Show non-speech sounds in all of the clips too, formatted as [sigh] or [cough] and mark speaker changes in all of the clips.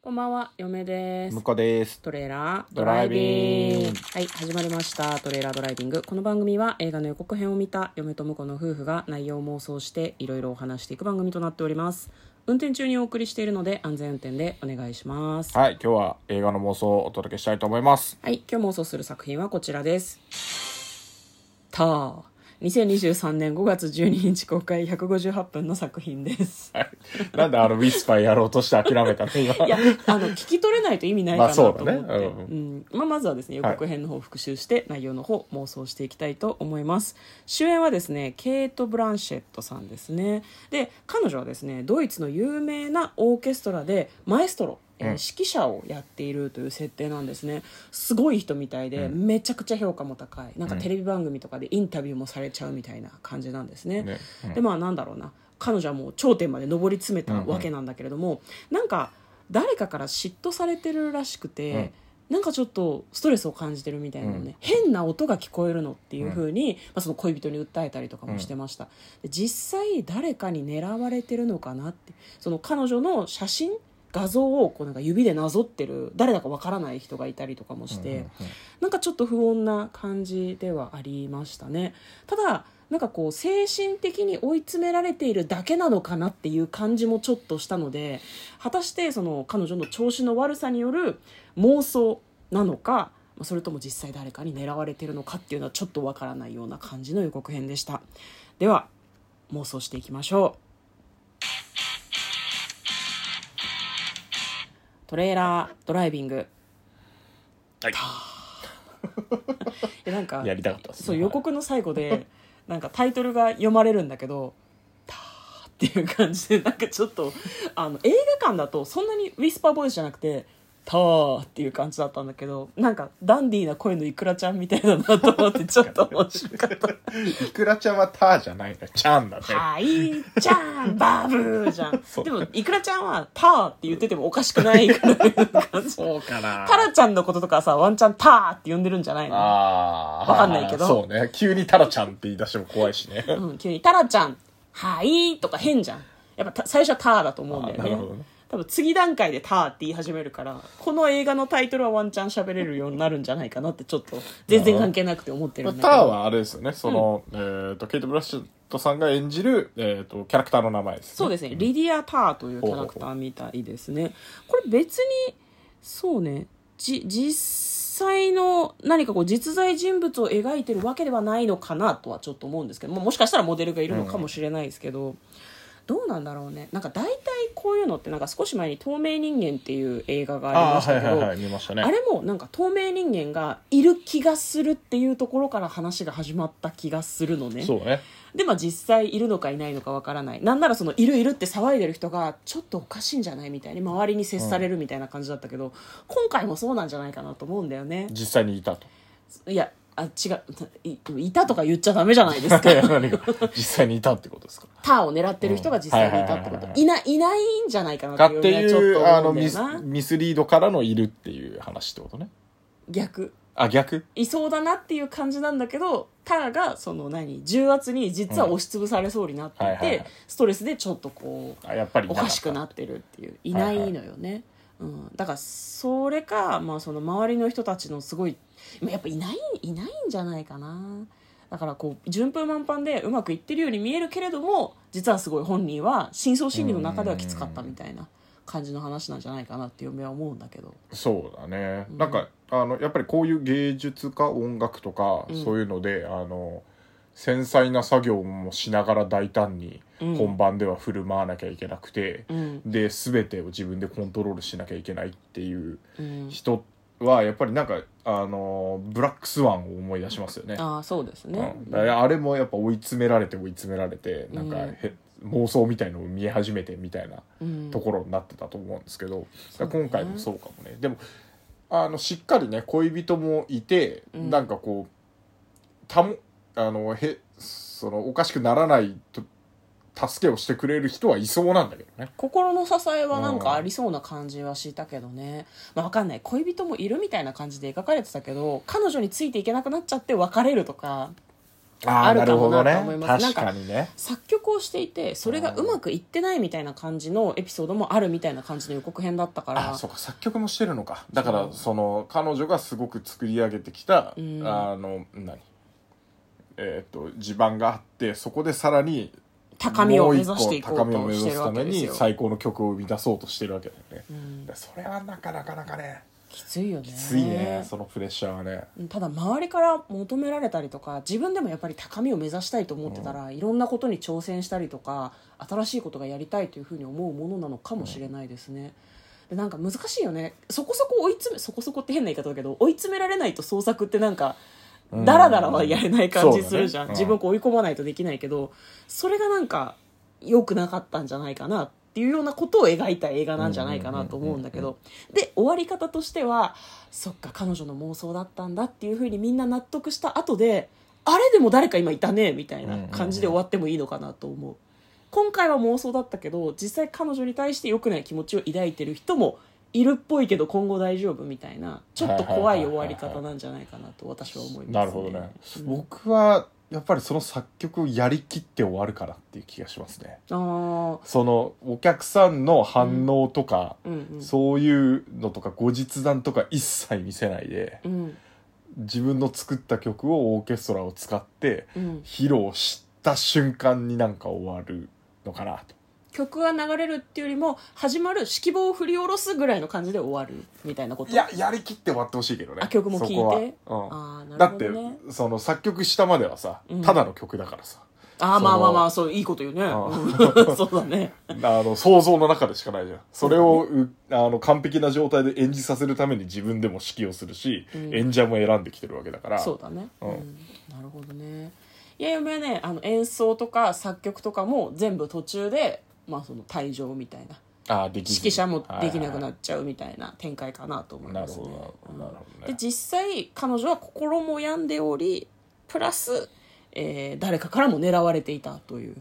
Speaker 1: こんばんは、嫁です
Speaker 2: 向。こうです。
Speaker 1: トレーラード
Speaker 2: ドライビング
Speaker 1: はい、始まりました。トレーラードライビング。この番組は映画の予告編を見た嫁と婿の夫婦が内容を妄想していろいろお話していく番組となっております。運転中にお送りしているので安全運転でお願いします。はい、
Speaker 2: はい、今日は映画の妄想をお届けしたいと思います。 [laughs]
Speaker 1: 今日妄想する作品はこちらです。ター。2023年5月12日公開158分の作品です。
Speaker 2: はいなんであのウィスパーやろうとして諦めたの今。
Speaker 1: [laughs] いや、あの、聞き取れないと意味ないかなと思って。
Speaker 2: まあそうだね
Speaker 1: うんまあ、まずはですね、予告編の方を復習して、内容の方妄想していきたいと思います。主演はですね、ケイト・ブランシェットさんですね。で、彼女はですね、ドイツの有名なオーケストラで、マエストロ。えー
Speaker 2: うん
Speaker 1: 指揮者をやっているという設定なんですねすごい人みたいで、めちゃくちゃ評価も高いなんかテレビ番組とかでインタビューもされちゃうみたいな感じなんですね
Speaker 2: ねうん
Speaker 1: でまあなんだろうな彼女はもう頂点まで上り詰めたわけなんだけれども、なんか誰かから嫉妬されてるらしくて、なんかちょっとストレスを感じてるみたいなのね、
Speaker 2: うん
Speaker 1: 変な音が聞こえるのっていう風に、まあ、その恋人に訴えたりとかもしてました、で実際誰かに狙われてるのかなってその彼女の写真画像をこうなんか指でなぞってる誰だかわからない人がいたりとかもして、
Speaker 2: うんうんうん
Speaker 1: なんかちょっと不穏な感じではありましたねただなんかこう精神的に追い詰められているだけなのかなっていう感じもちょっとしたので果たしてその彼女の調子の悪さによる妄想なのかまあそれとも実際誰かに狙われてるのかっていうのはちょっとわからないような感じの予告編でしたでは妄想していきましょうトレーラードライビングいやなんか
Speaker 2: やりたかったですね
Speaker 1: そう
Speaker 2: はい
Speaker 1: 予告の最後で [laughs] なんかタイトルが読まれるんだけど「ター」っていう感じでなん [laughs] かちょっとあの映画館だとそんなにウィスパーボイスじゃなくて「ター」っていう感じだったんだけどなんかダンディーな声のイクラちゃんみたいだなと思
Speaker 2: [laughs]
Speaker 1: ってちょっと面白かった「
Speaker 2: いくらちゃんはターじゃないんだ、ちゃんだね。
Speaker 1: はいじゃんバブー」じゃ [laughs] ん
Speaker 2: そう
Speaker 1: でもイクラちゃんは「ター」って言っててもおかしくないから感じ
Speaker 2: [laughs] そうかな。
Speaker 1: タラちゃんのこととかさワンチャン「ター」って呼んでるんじゃないの
Speaker 2: ああ。
Speaker 1: わかんないけど
Speaker 2: そうね。急にタラちゃんって言い出しても怖いしね。
Speaker 1: うん、急に「タラちゃんはい」とか変じゃんやっぱた最初は「ター」だと思うんだよ
Speaker 2: あなるほど
Speaker 1: ね
Speaker 2: ね
Speaker 1: 多分次段階で「ター」って言い始めるからこの映画のタイトルはワンチャン喋れるようになるんじゃないかなってちょっと全然関係なくて思って
Speaker 2: タ
Speaker 1: るんだけど
Speaker 2: ーはあれですよね。その、えっと、ケイト・ブラッシュットさんが演じる、えっと、キャラクターの名前ですね。
Speaker 1: そうですね、リディア・ターというキャラクターみたいですね。これ別に、そうね、じ、実際の何かこう実在人物を描いてるわけではないのかなとはちょっと思うんですけど、まあもしかしたらモデルがいるのかもしれないですけど、どうなんだろうね。なんか大体こういうのってなんか少し前に透明人間っていう映画があり
Speaker 2: あ
Speaker 1: ま
Speaker 2: あ、
Speaker 1: した
Speaker 2: はい
Speaker 1: け
Speaker 2: はい
Speaker 1: ど、
Speaker 2: はい、見ましたね。
Speaker 1: あれもなんか透明人間がいる気がするっていうところから話が始まった気がするのね。
Speaker 2: そうね。
Speaker 1: で、まあ、実際いるのかいないのかわからないなんならそのいるいるって騒いでる人がちょっとおかしいんじゃないみたいに周りに接されるみたいな感じだったけど、今回もそうなんじゃないかなと思うんだよね
Speaker 2: 実際にいたと。
Speaker 1: いやあ違ういいたとか言っちゃダメじゃないですか
Speaker 2: いや [laughs] 何が実際にいたってことですか
Speaker 1: ターを狙ってる人が実際にいたってこと
Speaker 2: うんはいはいはいはい
Speaker 1: いないないんじゃないかな
Speaker 2: か
Speaker 1: っ
Speaker 2: ってて
Speaker 1: いう
Speaker 2: い
Speaker 1: のはちょっ
Speaker 2: う、
Speaker 1: と
Speaker 2: あ
Speaker 1: 思う
Speaker 2: の、
Speaker 1: んだ
Speaker 2: ミ
Speaker 1: よ
Speaker 2: ス
Speaker 1: な
Speaker 2: ミスリードからのいるっていう話ってことね。
Speaker 1: 逆
Speaker 2: あ、逆
Speaker 1: いそうだなっていう感じなんだけどターがその何重圧に実は押しつぶされそうになっていて、
Speaker 2: うんはいはいはい
Speaker 1: ストレスでちょっとこう
Speaker 2: あ、やっぱりい
Speaker 1: お
Speaker 2: った
Speaker 1: かしくなってるっていういないのよね、うん、だからそれか、まあ、その周りの人たちのすごいやっぱいないいないんじゃないかなだからこう順風満帆でうまくいってるように見えるけれども実はすごい本人は深層心理の中ではきつかったみたいな感じの話なんじゃないかなって嫁は思うんだけど
Speaker 2: そうだね。
Speaker 1: うん
Speaker 2: なんか、あの、やっぱりこういう芸術か音楽とか
Speaker 1: うん、
Speaker 2: そういうので、あの、繊細な作業もしながら大胆に
Speaker 1: うん
Speaker 2: 本番では振る舞わなきゃいけなくて、
Speaker 1: うん
Speaker 2: で、全てを自分でコントロールしなきゃいけないっていう
Speaker 1: うん
Speaker 2: 人は、やっぱりなんか、あの、ブラックスワンを思い出しますよね。
Speaker 1: ああそうですね、
Speaker 2: うん、だからあれもやっぱ追い詰められて追い詰められてなんかへ、妄想みたいのを見え始めてみたいな
Speaker 1: うん
Speaker 2: ところになってたと思うんですけど、
Speaker 1: そう
Speaker 2: だ
Speaker 1: ね
Speaker 2: から今回もそうかもねでもあのしっかりね恋人もいて、
Speaker 1: うん
Speaker 2: なんかこうたもあのへそのおかしくならないと助けをしてくれる人はいそうなんだけどね
Speaker 1: 心の支えはなんかありそうな感じはしたけどね、まあ、わかんない恋人もいるみたいな感じで描かれてたけど彼女についていけなくなっちゃって別れるとか
Speaker 2: あ
Speaker 1: あ
Speaker 2: あ
Speaker 1: る
Speaker 2: な
Speaker 1: か
Speaker 2: る
Speaker 1: も
Speaker 2: ほ
Speaker 1: な
Speaker 2: ど
Speaker 1: と
Speaker 2: ね
Speaker 1: 思います
Speaker 2: 確かにね
Speaker 1: 作曲をしていてそれがうまくいってないみたいな感じのエピソードもあるみたいな感じの予告編だったから
Speaker 2: あそうか作曲もしてるのかだか
Speaker 1: そう
Speaker 2: らその彼女がすごく作り上げてきた、
Speaker 1: うん
Speaker 2: あの何えっ、と地盤があってそこでさらに
Speaker 1: 高みを
Speaker 2: もう
Speaker 1: 目
Speaker 2: 一
Speaker 1: 指
Speaker 2: 個
Speaker 1: していこう
Speaker 2: 高みを
Speaker 1: と
Speaker 2: 目
Speaker 1: して
Speaker 2: 指
Speaker 1: る
Speaker 2: す
Speaker 1: わ
Speaker 2: た
Speaker 1: け
Speaker 2: め
Speaker 1: です
Speaker 2: に
Speaker 1: よ、
Speaker 2: 最高の曲を生み出そうとしてるわけだよね
Speaker 1: うん
Speaker 2: でそれはなかなかなかね
Speaker 1: きついよね
Speaker 2: きついねそのプレッシャーはね
Speaker 1: ただ周りから求められたりとか自分でもやっぱり高みを目指したいと思ってたら、いろんなことに挑戦したりとか新しいことがやりたいというふうに思うものなのかもしれないですね、でなんか難しいよねそこそこ追い詰めそこそこって変な言い方だけど追い詰められないと創作ってなんか
Speaker 2: うん
Speaker 1: ダラダラはやれない感じするじゃん、
Speaker 2: そうだねうん
Speaker 1: 自分をこう追い込まないとできないけどそれがなんか良くなかったんじゃないかなっていうようなことを描いた映画なんじゃないかなと思うんだけどで終わり方としてはそっか彼女の妄想だったんだっていうふうにみんな納得した後であれでも誰か今いたねみたいな感じで終わってもいいのかなと思う今回は妄想だったけど実際彼女に対して良くない気持ちを抱いてる人もいるっぽいけど今後大丈夫みたいなちょっと怖い終わり方なんじゃないかなと私は思います、
Speaker 2: なるほどね、
Speaker 1: うん
Speaker 2: 僕はやっぱりその作曲をやりきって終わるからっていう気がしますね
Speaker 1: ああ
Speaker 2: そのお客さんの反応とか、
Speaker 1: うんうん
Speaker 2: そういうのとか後日談とか一切見せないで
Speaker 1: うん
Speaker 2: 自分の作った曲をオーケストラを使って
Speaker 1: うん
Speaker 2: 披露した瞬間になんか終わるのかなと
Speaker 1: 曲が流れるっていうよりも始まる指揮棒を振り下ろすぐらいの感じで終わるみたいなこと
Speaker 2: いややりきって終わってほしいけどね
Speaker 1: あ曲も聴いて
Speaker 2: そこは
Speaker 1: あ
Speaker 2: う
Speaker 1: あ
Speaker 2: ん、
Speaker 1: な
Speaker 2: だ
Speaker 1: る
Speaker 2: っ
Speaker 1: ほ
Speaker 2: て
Speaker 1: どね
Speaker 2: その作曲したまではさ、
Speaker 1: うん
Speaker 2: ただの曲だか
Speaker 1: [laughs]
Speaker 2: らさ
Speaker 1: ああ
Speaker 2: その
Speaker 1: まあまあまあそういいこと言うね
Speaker 2: あ
Speaker 1: うん [laughs] そうだね
Speaker 2: あの想像の中でしかないじゃんそれをうあの完璧な状態で演じさせるために自分でも指揮をするし、
Speaker 1: うん
Speaker 2: 演者も選んできてるわけだから
Speaker 1: そうだね、
Speaker 2: うん
Speaker 1: なるほどねいや嫁はねあの演奏とか作曲とかも全部途中で、まあ、その退場みたいな
Speaker 2: あーできず
Speaker 1: 指揮者もできなく
Speaker 2: はいはいは
Speaker 1: ないっちゃうみたいな展開かなと思い
Speaker 2: な
Speaker 1: ま
Speaker 2: る
Speaker 1: す
Speaker 2: ほ
Speaker 1: ね
Speaker 2: どなるほどなる
Speaker 1: うん
Speaker 2: ほど
Speaker 1: で
Speaker 2: ね
Speaker 1: 実際彼女は心も病んでおりプラス、えー誰かからも狙われていたという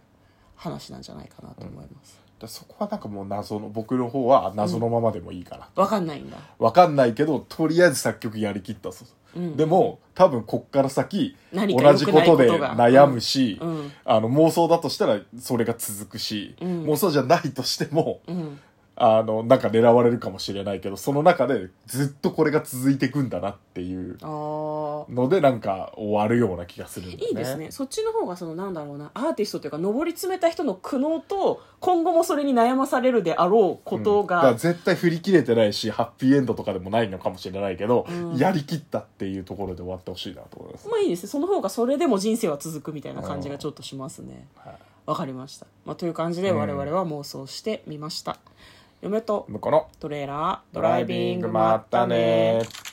Speaker 1: 話なんじゃないかなと思います、
Speaker 2: だそこはなんかもう謎の僕の方は謎のままでもいいから、
Speaker 1: わかんないんだ
Speaker 2: わかんないけどとりあえず作曲やりきったぞ、
Speaker 1: うん
Speaker 2: でも多分こっから先
Speaker 1: 何か
Speaker 2: 同じこ
Speaker 1: 良
Speaker 2: と
Speaker 1: くない
Speaker 2: で
Speaker 1: ことが
Speaker 2: 悩むし、
Speaker 1: うんうん
Speaker 2: あの妄想だとしたらそれが続くし、
Speaker 1: うん
Speaker 2: 妄想じゃないとしても
Speaker 1: うん
Speaker 2: あのなんか狙われるかもしれないけどその中でずっとこれが続いていくんだなっていう
Speaker 1: ああ
Speaker 2: のでなんか終わるような気がするんだよね
Speaker 1: いいですねそっちの方がそのなんだろうなアーティストというか上り詰めた人の苦悩と今後もそれに悩まされるであろうこと
Speaker 2: うんだから
Speaker 1: が、
Speaker 2: 絶対振り切れてないしハッピーエンドとかでもないのかもしれないけど、
Speaker 1: うん
Speaker 2: やりきったっていうところで終わってほしいなと思います、
Speaker 1: まあいいですねその方がそれでも人生は続くみたいな感じがちょっとしますね
Speaker 2: は
Speaker 1: わかりました、まあ、という感じで我々は妄想してみました、嫁と
Speaker 2: い、向こうの
Speaker 1: トレーラード
Speaker 2: ド
Speaker 1: ラ
Speaker 2: ラ
Speaker 1: イ
Speaker 2: イ
Speaker 1: ビ
Speaker 2: ビ
Speaker 1: ン
Speaker 2: ン
Speaker 1: グ
Speaker 2: グ
Speaker 1: ま
Speaker 2: ま
Speaker 1: っ
Speaker 2: ったた
Speaker 1: ね
Speaker 2: ね